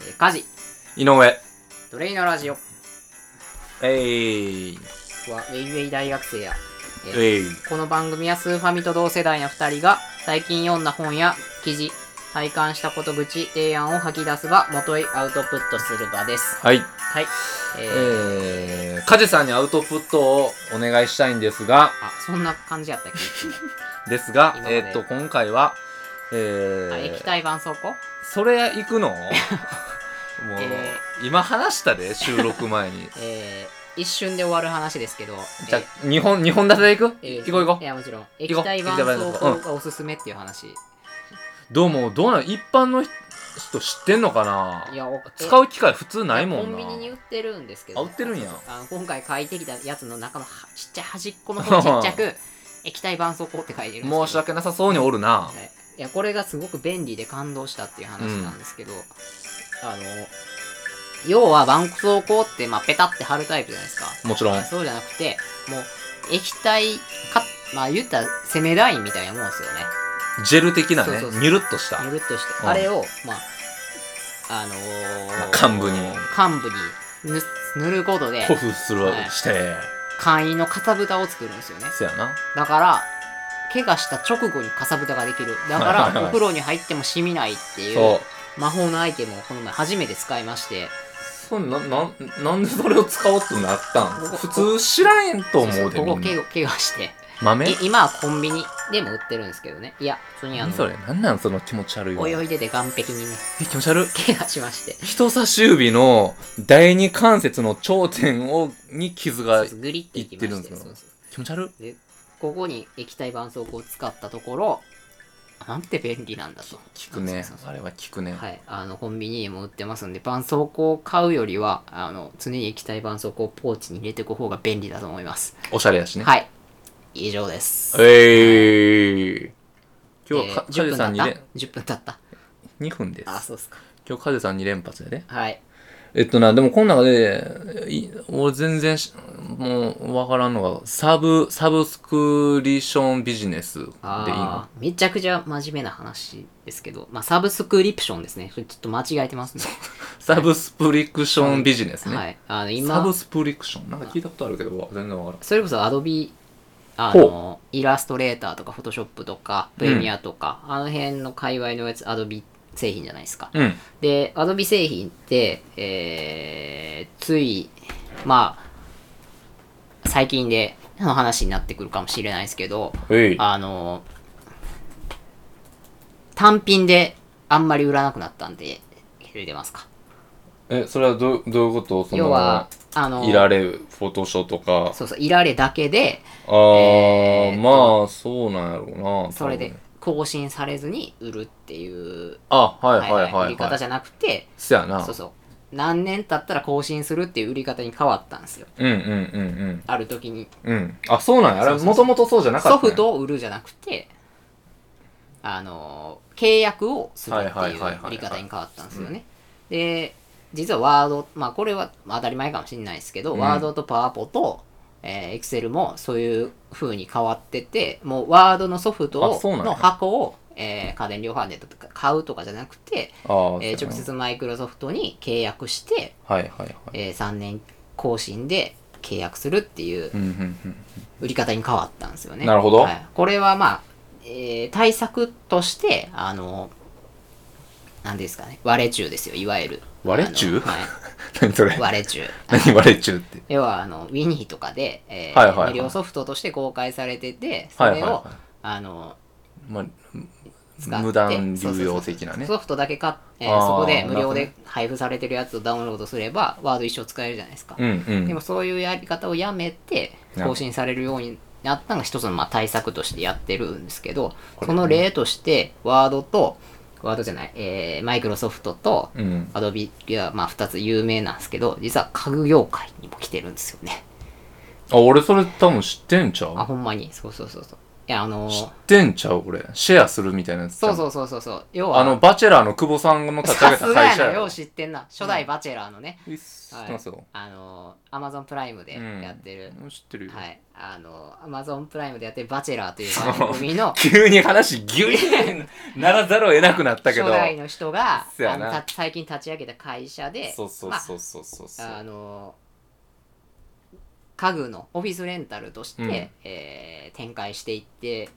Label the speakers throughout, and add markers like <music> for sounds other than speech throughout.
Speaker 1: えー家事
Speaker 2: 井上
Speaker 1: 奴隷のラジオ
Speaker 2: えい
Speaker 1: はウェイウェイ大学生や、えー
Speaker 2: えい
Speaker 1: この番組はスーファミと同世代の2人が最近読んだ本や記事体感したこと口提案を吐き出すが元へアウトプットする場です
Speaker 2: はい
Speaker 1: はいえー
Speaker 2: えー、カジさんにアウトプットをお願いしたいんですが
Speaker 1: あそんな感じやったっけ、
Speaker 2: ですが
Speaker 1: 今まで
Speaker 2: えーっと今回はえ
Speaker 1: あ
Speaker 2: ー、
Speaker 1: 液体絆創膏
Speaker 2: それ
Speaker 1: <laughs>
Speaker 2: 行くのもう、
Speaker 1: え
Speaker 2: 今話したで収録前
Speaker 1: <laughs>
Speaker 2: に
Speaker 1: えー、一瞬で終わる話ですけど
Speaker 2: じゃ
Speaker 1: えー
Speaker 2: あ日本日本立てで行く、
Speaker 1: えー
Speaker 2: 行こう行こ
Speaker 1: いうやもちろん
Speaker 2: こ
Speaker 1: 液
Speaker 2: う
Speaker 1: 体絆
Speaker 2: 液体絆
Speaker 1: 創
Speaker 2: 創膏
Speaker 1: 膏がおすすめっていう話、
Speaker 2: どうもどうなん一般の人知ってんのか
Speaker 1: い
Speaker 2: な
Speaker 1: やお
Speaker 2: 使う機会普通ないもん
Speaker 1: コ
Speaker 2: な
Speaker 1: ンビニに売ってるんですけど、
Speaker 2: あ売ってるんや
Speaker 1: あの今回書いてきたやつの中のはちっちゃい端っこの方ちっちゃく <laughs> 液体絆創膏って書いてるんですけど
Speaker 2: 申し訳なさそうにおるな
Speaker 1: はいいやこれがすごく便利で感動したっていう話なんですけど、あの要は絆創膏って、まあ、ペタって貼るタイプじゃないですか、
Speaker 2: もちろん
Speaker 1: あそうじゃなくてもう液体かまあ言ったら攻めラインみたいなもんですよね
Speaker 2: ジェル的な
Speaker 1: そう
Speaker 2: ね
Speaker 1: そうそう
Speaker 2: ニュルっとした
Speaker 1: ゆるっとして、
Speaker 2: うん
Speaker 1: あれをまああのー、
Speaker 2: まあ幹部に
Speaker 1: 幹部にぬ塗ることで
Speaker 2: 塗布する
Speaker 1: はい
Speaker 2: して
Speaker 1: 簡易のかさぶたを作るんですよね
Speaker 2: そやな
Speaker 1: だから怪我した直後にかさぶたができるだか
Speaker 2: はいはいは
Speaker 1: らお
Speaker 2: <laughs> い
Speaker 1: 風呂に入っても染みないっていう
Speaker 2: そう
Speaker 1: 魔法のアイテムをこの前初めて使いまして
Speaker 2: そうなななんでそれを使おうとなったん
Speaker 1: ここ
Speaker 2: <laughs> 普通知らへんと思うで
Speaker 1: そうここ
Speaker 2: み
Speaker 1: 怪
Speaker 2: んな
Speaker 1: 我怪我して
Speaker 2: 豆
Speaker 1: い今はコンビニでも売ってるんですけどねいや普通にあ
Speaker 2: 何それ
Speaker 1: の
Speaker 2: なんなんその気持ち悪いわ
Speaker 1: 泳いでて岸壁にね
Speaker 2: え気持ち悪い
Speaker 1: 怪我しまして
Speaker 2: 人差し指の第二関節の頂点をに傷が
Speaker 1: そうそうグリっていきましてて
Speaker 2: いっるんですか
Speaker 1: そうそう
Speaker 2: 気持ち悪い
Speaker 1: でここに液体絆創膏を使ったところなんて便利なんだと
Speaker 2: 効くね
Speaker 1: そうそうそう
Speaker 2: あれは効くね、
Speaker 1: はい、あのコンビニにも売ってますんで絆創膏を買うよりはあの常に液体絆創膏をポーチに入れておく方が便利だと思います、
Speaker 2: おしゃれやしね
Speaker 1: はい以上です
Speaker 2: えー、今日
Speaker 1: えー
Speaker 2: はかカジさんにね
Speaker 1: 10分経った10分
Speaker 2: 2分です
Speaker 1: 経ったあそうっすか
Speaker 2: 今日カジさんに連発やで
Speaker 1: はい
Speaker 2: えっとな、でもこの中で、い俺全然し、もう分からんのが、サブ、サブスクリプションビジネスでいいの
Speaker 1: あーめちゃくちゃ真面目な話ですけど、まあ、サブスクリプションですねそれちょっと間違えてますね
Speaker 2: サブスプリクションビジネスね。
Speaker 1: はいあの
Speaker 2: サブ
Speaker 1: 今
Speaker 2: スプリクションなんか聞いたことあるけど、全然分からん。
Speaker 1: それこそアドビあのイラストレーターとかフォトショップとかプレミアとか、あの辺の界隈のやつアドビ製品じゃないですか
Speaker 2: うん。
Speaker 1: で、アドビ製品って、えー、つい、まあ、最近での話になってくるかもしれないですけど、
Speaker 2: えい。
Speaker 1: あの、単品であんまり売らなくなったんで、入れてますか。
Speaker 2: え、それはどうどういうことその、
Speaker 1: 要は、あの、
Speaker 2: いられ、フォトショーとか。
Speaker 1: そうそう、いられだけで、
Speaker 2: あー、
Speaker 1: えーっと
Speaker 2: まあ、そうなんやろうな。
Speaker 1: それ
Speaker 2: 多
Speaker 1: で
Speaker 2: 分。
Speaker 1: 更新されずに売るっていう、
Speaker 2: あ、はいはい
Speaker 1: 売
Speaker 2: はい、
Speaker 1: り方
Speaker 2: は
Speaker 1: じ
Speaker 2: い。
Speaker 1: ゃなくて、
Speaker 2: そやな。
Speaker 1: そうそう、何年経ったら更新するっていう売り方に変わったんですよ。
Speaker 2: うんうんうん
Speaker 1: ある時に。
Speaker 2: うん。うん。あ、そうなんや。あ
Speaker 1: そ
Speaker 2: れ、
Speaker 1: うそうそう
Speaker 2: もともとそうじゃなかったん
Speaker 1: ソ
Speaker 2: や。
Speaker 1: フトを売るじゃなくてあの契約をするって
Speaker 2: はいはいいうはいはいはい
Speaker 1: 売り方に変わったんですよね。で実はワードまあこれはまあ当たり前かもしれないですけど、
Speaker 2: うん
Speaker 1: ワードとパワポとエクセルもそういう風に変わっててもうワードのソフト
Speaker 2: あそうなん
Speaker 1: を
Speaker 2: や
Speaker 1: の箱を、えー家電量販店とか買うとかじゃなくて、
Speaker 2: あ
Speaker 1: え
Speaker 2: ー
Speaker 1: ー
Speaker 2: そうや
Speaker 1: 直
Speaker 2: な
Speaker 1: 接マイクロソフトに契約して、
Speaker 2: はいはいはい。
Speaker 1: え3年更新で契約するっていう
Speaker 2: うんうんうん。
Speaker 1: 売り方に変わったんですよね。
Speaker 2: なるほど
Speaker 1: はい、これはまあ、えー対策として、あの、なんですかね、割れ中ですよ、いわゆる。
Speaker 2: 割れ中
Speaker 1: あのは
Speaker 2: 何それ <laughs>
Speaker 1: い、割れ中。
Speaker 2: 何割れ中って。
Speaker 1: 要は、あの、ウィニーとかで、えー
Speaker 2: はいはいはい
Speaker 1: 無料ソフトとして公開されてて、そ
Speaker 2: はい
Speaker 1: れを、
Speaker 2: はいは
Speaker 1: あの、
Speaker 2: い。まあ、
Speaker 1: 使って
Speaker 2: 無断流用的なね。
Speaker 1: そうそうそうソフトだけ買って、えー
Speaker 2: あー
Speaker 1: そこで無
Speaker 2: なる
Speaker 1: 料
Speaker 2: ほどね
Speaker 1: で配布されてるやつをダウンロードすれば、ワード一生使えるじゃないですか。
Speaker 2: うんう
Speaker 1: でも
Speaker 2: ん。
Speaker 1: そういうやり方をやめて
Speaker 2: なるほど
Speaker 1: 更新されるようになったのが一つのまあ対策としてやってるんですけど、その例としてワードとワードじゃない、えー、マイクロソフトと
Speaker 2: うん。
Speaker 1: アドビがまあ2つ有名なんですけど実は家具業界にも来てるんですよね
Speaker 2: あ、俺それ多分知ってんちゃ
Speaker 1: あ
Speaker 2: う
Speaker 1: ほんまにそうそうそうそうや、あのー
Speaker 2: 知ってんちゃうこれ。シェアするみたいなやつちゃ
Speaker 1: そううそうそうそうそう。要は、
Speaker 2: あの、バチェラーの久保さんの立ち上
Speaker 1: さ
Speaker 2: げ
Speaker 1: す
Speaker 2: た
Speaker 1: が
Speaker 2: 会
Speaker 1: や
Speaker 2: 社
Speaker 1: な、
Speaker 2: や
Speaker 1: よ
Speaker 2: ろ
Speaker 1: う。知ってんな。初代バチェラーのね、
Speaker 2: ういっす知ってますよ。
Speaker 1: あのー、アマゾンプライムで
Speaker 2: うん
Speaker 1: やってる、
Speaker 2: 知ってるよ。
Speaker 1: はい、あのー、アマゾンプライムでやってるバチェラーという番組の
Speaker 2: 急に話ギュインならざるを得なくなったけ
Speaker 1: 初
Speaker 2: ど。
Speaker 1: 代の人が、
Speaker 2: そうや
Speaker 1: あ
Speaker 2: な
Speaker 1: のた最近立ち上げた会社で、
Speaker 2: そうそう
Speaker 1: まあ
Speaker 2: そうそうそうそう。
Speaker 1: あの家具のオフィスレンタルとして、
Speaker 2: うん
Speaker 1: えー展開していって、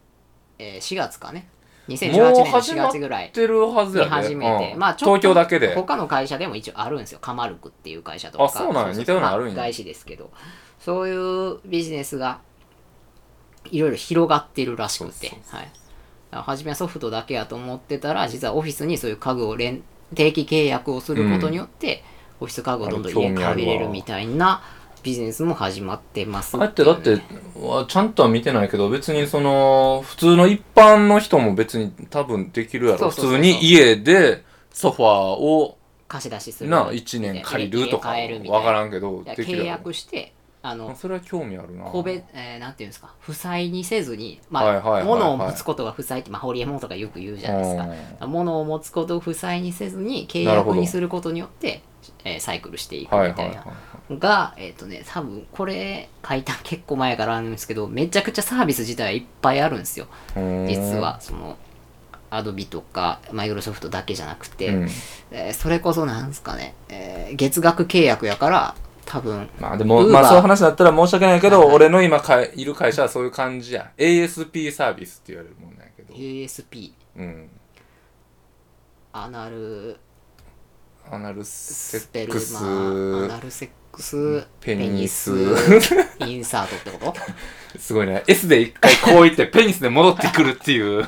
Speaker 1: えー4月かね
Speaker 2: も
Speaker 1: 2018
Speaker 2: う
Speaker 1: 年の
Speaker 2: 始
Speaker 1: 4
Speaker 2: まっ
Speaker 1: 月ぐらい
Speaker 2: ってるはず
Speaker 1: に
Speaker 2: やね。
Speaker 1: 始めて、
Speaker 2: うん
Speaker 1: まあちょっと
Speaker 2: 東京だけで。
Speaker 1: 他の会社でも一応あるんですよカマルクっていう会社とか
Speaker 2: あそうなんや似たようなのあるんや
Speaker 1: ま外資ですけどそういうビジネスがいろいろ広がってるらしくて
Speaker 2: そうそう
Speaker 1: はいだから初めはソフトだけやと思ってたら実はオフィスにそういう家具を連定期契約をすることによって、オフィス家具をどんどん入れ替われるみたいなビジネスも始まってます
Speaker 2: あれってだって、わちゃんとは見てないけど、別にその、普通の一般の人も別に多分できるや
Speaker 1: そ
Speaker 2: ろ。
Speaker 1: う
Speaker 2: 普
Speaker 1: そうそう
Speaker 2: 通に家でソファーを、
Speaker 1: 貸し出しする
Speaker 2: な、1年借りるとか、
Speaker 1: 入れ替えるみたいな
Speaker 2: わからんけど、
Speaker 1: だ
Speaker 2: で
Speaker 1: から
Speaker 2: き
Speaker 1: 契
Speaker 2: るや
Speaker 1: 約してあの
Speaker 2: ろ。あそれは興味あるな。
Speaker 1: 個別、えーなんていうんですか、負債にせずに、ま
Speaker 2: はいはいはいは
Speaker 1: あ、
Speaker 2: い
Speaker 1: 物を持つことが負債って、まあ、ホリエモンとかよく言うじゃないですか。物を持つことを負債にせずに、契
Speaker 2: なるほ
Speaker 1: 約
Speaker 2: ど
Speaker 1: にすることによって、えーサイクルしていく
Speaker 2: うんはい
Speaker 1: み
Speaker 2: は
Speaker 1: た
Speaker 2: い
Speaker 1: い
Speaker 2: はい
Speaker 1: な。。が、えっ、とね、多分、これ、書いた結構前からあるんですけど、めちゃくちゃサービス自体はいっぱいあるんですよ。実は、その、アドビとか、マイクロソフトだけじゃなくて、
Speaker 2: うん。
Speaker 1: えーそれこそなんですかね、えー月額契約やから、多分、
Speaker 2: まあでも、
Speaker 1: Uber
Speaker 2: まあそういう話だったら申し訳ないけ
Speaker 1: はい
Speaker 2: ど、
Speaker 1: はい
Speaker 2: 俺の今かいる会社はそういう感じや。ASP サービスって言われるもんなんやけど。
Speaker 1: USP、
Speaker 2: うん。
Speaker 1: アナル、
Speaker 2: アナルセ
Speaker 1: スペ
Speaker 2: ッ
Speaker 1: ル
Speaker 2: ク
Speaker 1: マー、アナ
Speaker 2: ス。
Speaker 1: ルセックス、
Speaker 2: ペニス
Speaker 1: インサートってこと
Speaker 2: すごいね。S で一回こう言って、ペニスで戻ってくるっ
Speaker 1: <laughs>
Speaker 2: ていう、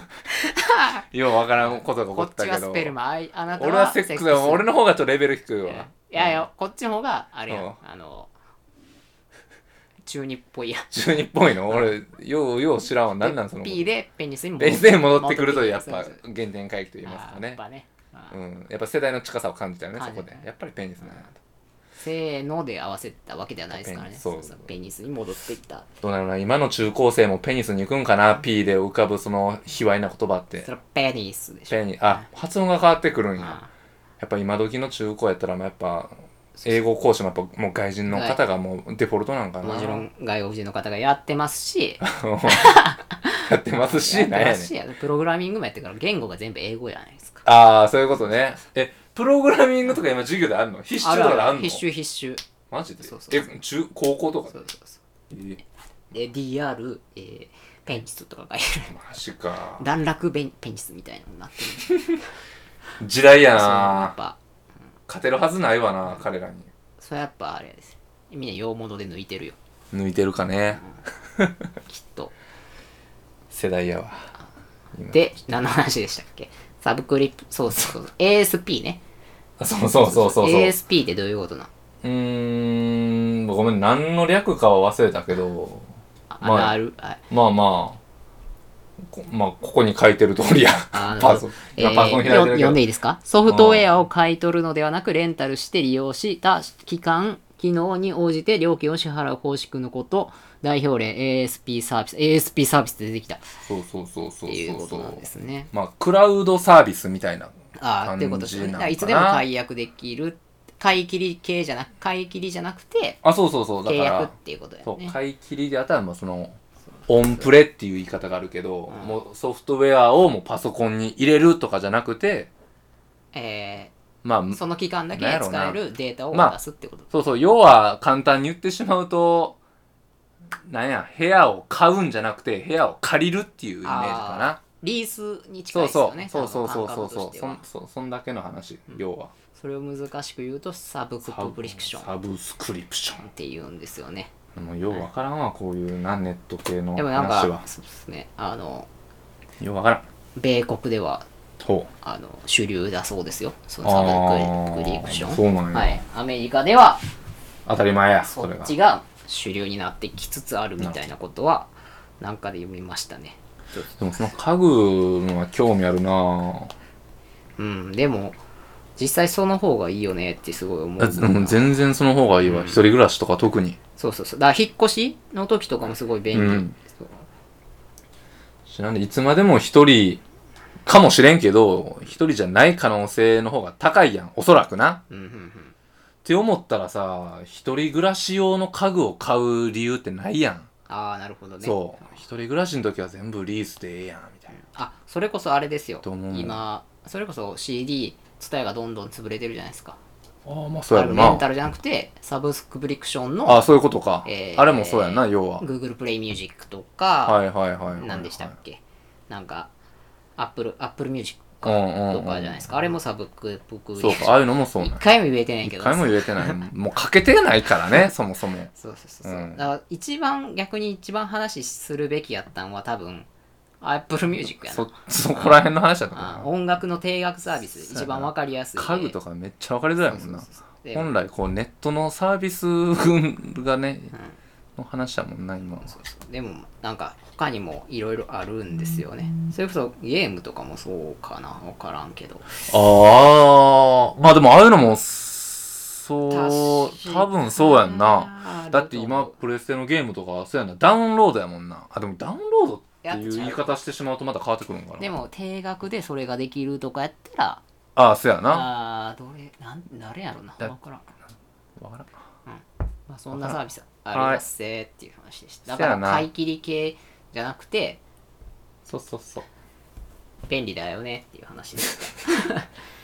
Speaker 2: ようわからんことが起こ
Speaker 1: こ
Speaker 2: っ
Speaker 1: っち
Speaker 2: た
Speaker 1: は
Speaker 2: けど。
Speaker 1: スペルマあいあなたは
Speaker 2: 俺はセックスだ。俺
Speaker 1: の
Speaker 2: の方がちょっとレベル低い
Speaker 1: い
Speaker 2: わ。
Speaker 1: やいや、こっちの方が、あれや
Speaker 2: うん
Speaker 1: ん、あの、中二っぽいやん。
Speaker 2: 中二っぽいの俺、よう、よう知らんわ。なんなんその。
Speaker 1: で P
Speaker 2: ペ
Speaker 1: でペニスに戻
Speaker 2: ニスで戻ってくると、やっ
Speaker 1: 戻
Speaker 2: ぱ
Speaker 1: てくる
Speaker 2: 原点回帰と言い
Speaker 1: そうそう
Speaker 2: ますか
Speaker 1: あーや
Speaker 2: ね
Speaker 1: っ。ぱね。あー
Speaker 2: うん。やっぱ世代の近さを感じたよね、そ
Speaker 1: 感じ
Speaker 2: こ
Speaker 1: た
Speaker 2: で。やっぱりペニスなんやと。
Speaker 1: せーので合わせたわけではないですからね。
Speaker 2: ペニスそう
Speaker 1: ペニスに戻っていった。
Speaker 2: どうなるな今の中高生もペニスに行くんかな ?P で浮かぶその卑猥な言葉って
Speaker 1: そ。れはペニスでしょ。
Speaker 2: ペニ、あ、発音が変わってくるんや。
Speaker 1: あ
Speaker 2: やっぱ今時の中高やったら、まあやっぱ、英語講師もやっぱもう外人の方がもうデフォルトなんか
Speaker 1: ー
Speaker 2: な。
Speaker 1: もちろん外国人の方がやってますし、
Speaker 2: <laughs> やってますし、なんやねん。
Speaker 1: やプログラミングもやってるから言語が全部英語じゃないですか
Speaker 2: ああ、そういうことね。え、プログラミングとか今授業であんの必修とかであんの
Speaker 1: 必修必修
Speaker 2: マジで
Speaker 1: そうそう
Speaker 2: え、中、高校とか
Speaker 1: そうそうそ
Speaker 2: えー
Speaker 1: うで DR、えーペンチスとかがいる
Speaker 2: マジか。
Speaker 1: 段落ペンペンチスみたいなのになってるんですよ
Speaker 2: 時代や
Speaker 1: そうやっ
Speaker 2: な
Speaker 1: ぱ
Speaker 2: 勝てるはずないわな、彼らに。
Speaker 1: それやっぱあれですみんな洋物で抜いてるよ
Speaker 2: 抜いてるかね。
Speaker 1: きっと
Speaker 2: 世代やわ。
Speaker 1: で何の話でしたっけサブクリプそうそうそう ASP ね
Speaker 2: あそうそうそうそうそう。
Speaker 1: ASP ってどういうことなの
Speaker 2: うーん、ごめん、何の略かは忘れたけど、
Speaker 1: あ
Speaker 2: まあ
Speaker 1: あるあ
Speaker 2: まあまあ、こまあ、ここに書いてる通りや。
Speaker 1: あ
Speaker 2: <laughs> パソコン、
Speaker 1: えー
Speaker 2: 今パソコン開いてる
Speaker 1: よ
Speaker 2: けど
Speaker 1: 読んでいいですかソフトウェアを買い取るのではなく、レンタルして利用した期間、機能に応じて料金を支払う方式のこと、代表例 ASP サービス、ASP サービスって出てきたっ
Speaker 2: そうそうそうそう
Speaker 1: ていう
Speaker 2: そ
Speaker 1: こ
Speaker 2: うそ
Speaker 1: となん
Speaker 2: う
Speaker 1: で。すね。
Speaker 2: まあ、クラウドサービスみたいな。
Speaker 1: ああ、
Speaker 2: 感
Speaker 1: って
Speaker 2: じな
Speaker 1: いう
Speaker 2: の
Speaker 1: こと
Speaker 2: かな
Speaker 1: ですね。だからいつでも解約できる、買い切り系じゃなく、買い切りじゃなくて、
Speaker 2: あ、そうそうそう、だ
Speaker 1: 契
Speaker 2: か
Speaker 1: 約っ
Speaker 2: ら、
Speaker 1: ていうことだ
Speaker 2: そ
Speaker 1: よ
Speaker 2: う、
Speaker 1: ね。
Speaker 2: 買い切りであったら、まあ、その、オンプレっていう言い方があるけど、
Speaker 1: うん
Speaker 2: もうソフトウェアをもうパソコンに入れるとかじゃなくて、
Speaker 1: え
Speaker 2: ま
Speaker 1: ー
Speaker 2: あ、
Speaker 1: その期間だけ
Speaker 2: なんやろう
Speaker 1: 使
Speaker 2: な
Speaker 1: えるデータを渡すってこと。
Speaker 2: そうそう、要は簡単に言ってしまうと、なんや、部屋を買うんじゃなくて、部屋を借りるっていうイメージかな。
Speaker 1: リースに近いで
Speaker 2: そう
Speaker 1: す
Speaker 2: そ
Speaker 1: よ
Speaker 2: う
Speaker 1: ね。、
Speaker 2: そうそうそうそ
Speaker 1: 多
Speaker 2: う
Speaker 1: 分感覚と
Speaker 2: そ
Speaker 1: し
Speaker 2: う、
Speaker 1: て
Speaker 2: そ
Speaker 1: は
Speaker 2: んそそんだけの話、要は。
Speaker 1: それを難しく言うとサブクプリクション
Speaker 2: サブスクリプショ
Speaker 1: っていうんですよね。
Speaker 2: ン。もうようわからんわ、こういうな、ネット系の
Speaker 1: でもなん
Speaker 2: 話
Speaker 1: か
Speaker 2: は、。
Speaker 1: そうですね、あの、
Speaker 2: ようわからん。
Speaker 1: 米国では、
Speaker 2: ほう。
Speaker 1: あの、主流だそうですよ。そのサブクリプショ
Speaker 2: あーそう
Speaker 1: ン。
Speaker 2: なんや、
Speaker 1: はい。アメリカでは、
Speaker 2: 当たり前や、
Speaker 1: そ
Speaker 2: それ
Speaker 1: っ
Speaker 2: が
Speaker 1: ち。が主流になってきつつあるみたいなことは、なんかで読みましたね。
Speaker 2: でもその家具のは興味あるなぁ。
Speaker 1: うん、でも、実際その方がいいよねってすごい思う
Speaker 2: だってもう全然その方がいいわ、一人暮らしとか特に。
Speaker 1: そうそうそう。だから引っ越しの時とかもすごい便利。
Speaker 2: うん
Speaker 1: そう
Speaker 2: しなんで、いつまでも一人かもしれんけど、一人じゃない可能性の方が高いやん。おそらくな。
Speaker 1: うんうんうん
Speaker 2: って思ったらさ、一人暮らし用の家具を買う理由ってないやん。
Speaker 1: ああなるほどね
Speaker 2: そう。一人暮らしの時は全部リースでええやん、みたいな。
Speaker 1: あそれこそあれですよ
Speaker 2: と思う
Speaker 1: 今それこそ CD ツタヤがどんどん潰れてるじゃないですか
Speaker 2: ああ、まあそう
Speaker 1: あ
Speaker 2: や
Speaker 1: れ
Speaker 2: ろ
Speaker 1: レンタ
Speaker 2: な。
Speaker 1: ルじゃなくてサブスクリプション
Speaker 2: あ
Speaker 1: の
Speaker 2: あ、そういうことか。
Speaker 1: えー
Speaker 2: あれもそうやんな、要は。
Speaker 1: Google プレイミュージックとか、
Speaker 2: はいはいはいはい。
Speaker 1: 何でしたっけなんか Apple, Apple Music
Speaker 2: うんうんうん
Speaker 1: とかじゃないですかあれもサブクリプシ
Speaker 2: そう
Speaker 1: ョ
Speaker 2: か、
Speaker 1: ン
Speaker 2: ああいうのもそうなん
Speaker 1: 一
Speaker 2: や。
Speaker 1: 回も言えてないけ
Speaker 2: 一
Speaker 1: ど
Speaker 2: 回も言えてない。もうかけてないか
Speaker 1: <laughs>
Speaker 2: らね、そもそも。
Speaker 1: そうそうそうそう、
Speaker 2: うん
Speaker 1: だから一番逆に一番話するべきやったんは多分 Apple Music やな
Speaker 2: そ、そこら辺の話だった
Speaker 1: あ
Speaker 2: か
Speaker 1: 音楽の定額サービス
Speaker 2: そうやな
Speaker 1: 一番わかりやすい
Speaker 2: ら。家具と
Speaker 1: か
Speaker 2: かめっちゃわかりづらいもんな。
Speaker 1: で
Speaker 2: 本来こうネットのサービス群がね、の話だもんな今
Speaker 1: そうそうでもなんか他にもいろいろあるんですよねそれこそゲームとかもそうかな分からんけど
Speaker 2: ああまあでもああいうのもそう
Speaker 1: 確
Speaker 2: 多
Speaker 1: か
Speaker 2: 分そうやんな
Speaker 1: あると
Speaker 2: だって今プレステのゲームとかそうやんなダウンロードやもんなあでもダウンロードっていう言い方してしまうとまた変わってくるんか
Speaker 1: で
Speaker 2: な
Speaker 1: も定額でそれができるとかやったら
Speaker 2: ああそうやな
Speaker 1: ああどれなん誰やろな
Speaker 2: だ
Speaker 1: 分からん、
Speaker 2: わからん
Speaker 1: まあ、そんなサービスあ
Speaker 2: ん
Speaker 1: りますぜっていう話でしただ
Speaker 2: せ
Speaker 1: か
Speaker 2: やな
Speaker 1: ら買い切り系じゃなくて
Speaker 2: そうそうそう
Speaker 1: 便利だよねっていう話です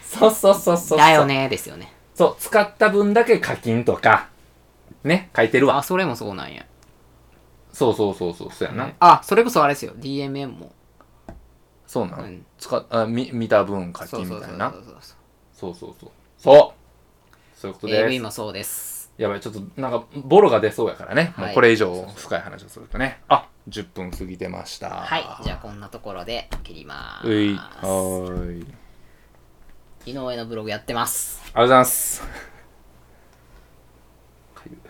Speaker 2: そうそうそうそう
Speaker 1: だよねですよね
Speaker 2: そう使った分だけ課金とかね書いてる
Speaker 1: あ
Speaker 2: わ
Speaker 1: それもそうなんや
Speaker 2: そうそうそうそうそうやな、
Speaker 1: あそれこそあれですよ DMM も
Speaker 2: そうなの、
Speaker 1: うん
Speaker 2: 使あみ見た分課
Speaker 1: そう
Speaker 2: 金
Speaker 1: そ
Speaker 2: み
Speaker 1: うそ
Speaker 2: た
Speaker 1: うそ
Speaker 2: いな
Speaker 1: うそうそう
Speaker 2: そうそうそう。そうそういうことです。
Speaker 1: AV もそうです
Speaker 2: やばい、ちょっとなんか、ボロが出そうやからね。
Speaker 1: はい
Speaker 2: もうこれ以上深い話をするとね。あ、10分過ぎてました。
Speaker 1: はいじゃあこんなところで切りま
Speaker 2: うい。
Speaker 1: ー
Speaker 2: はーい。
Speaker 1: す井上のブログやってます <laughs>
Speaker 2: ありがとうございます。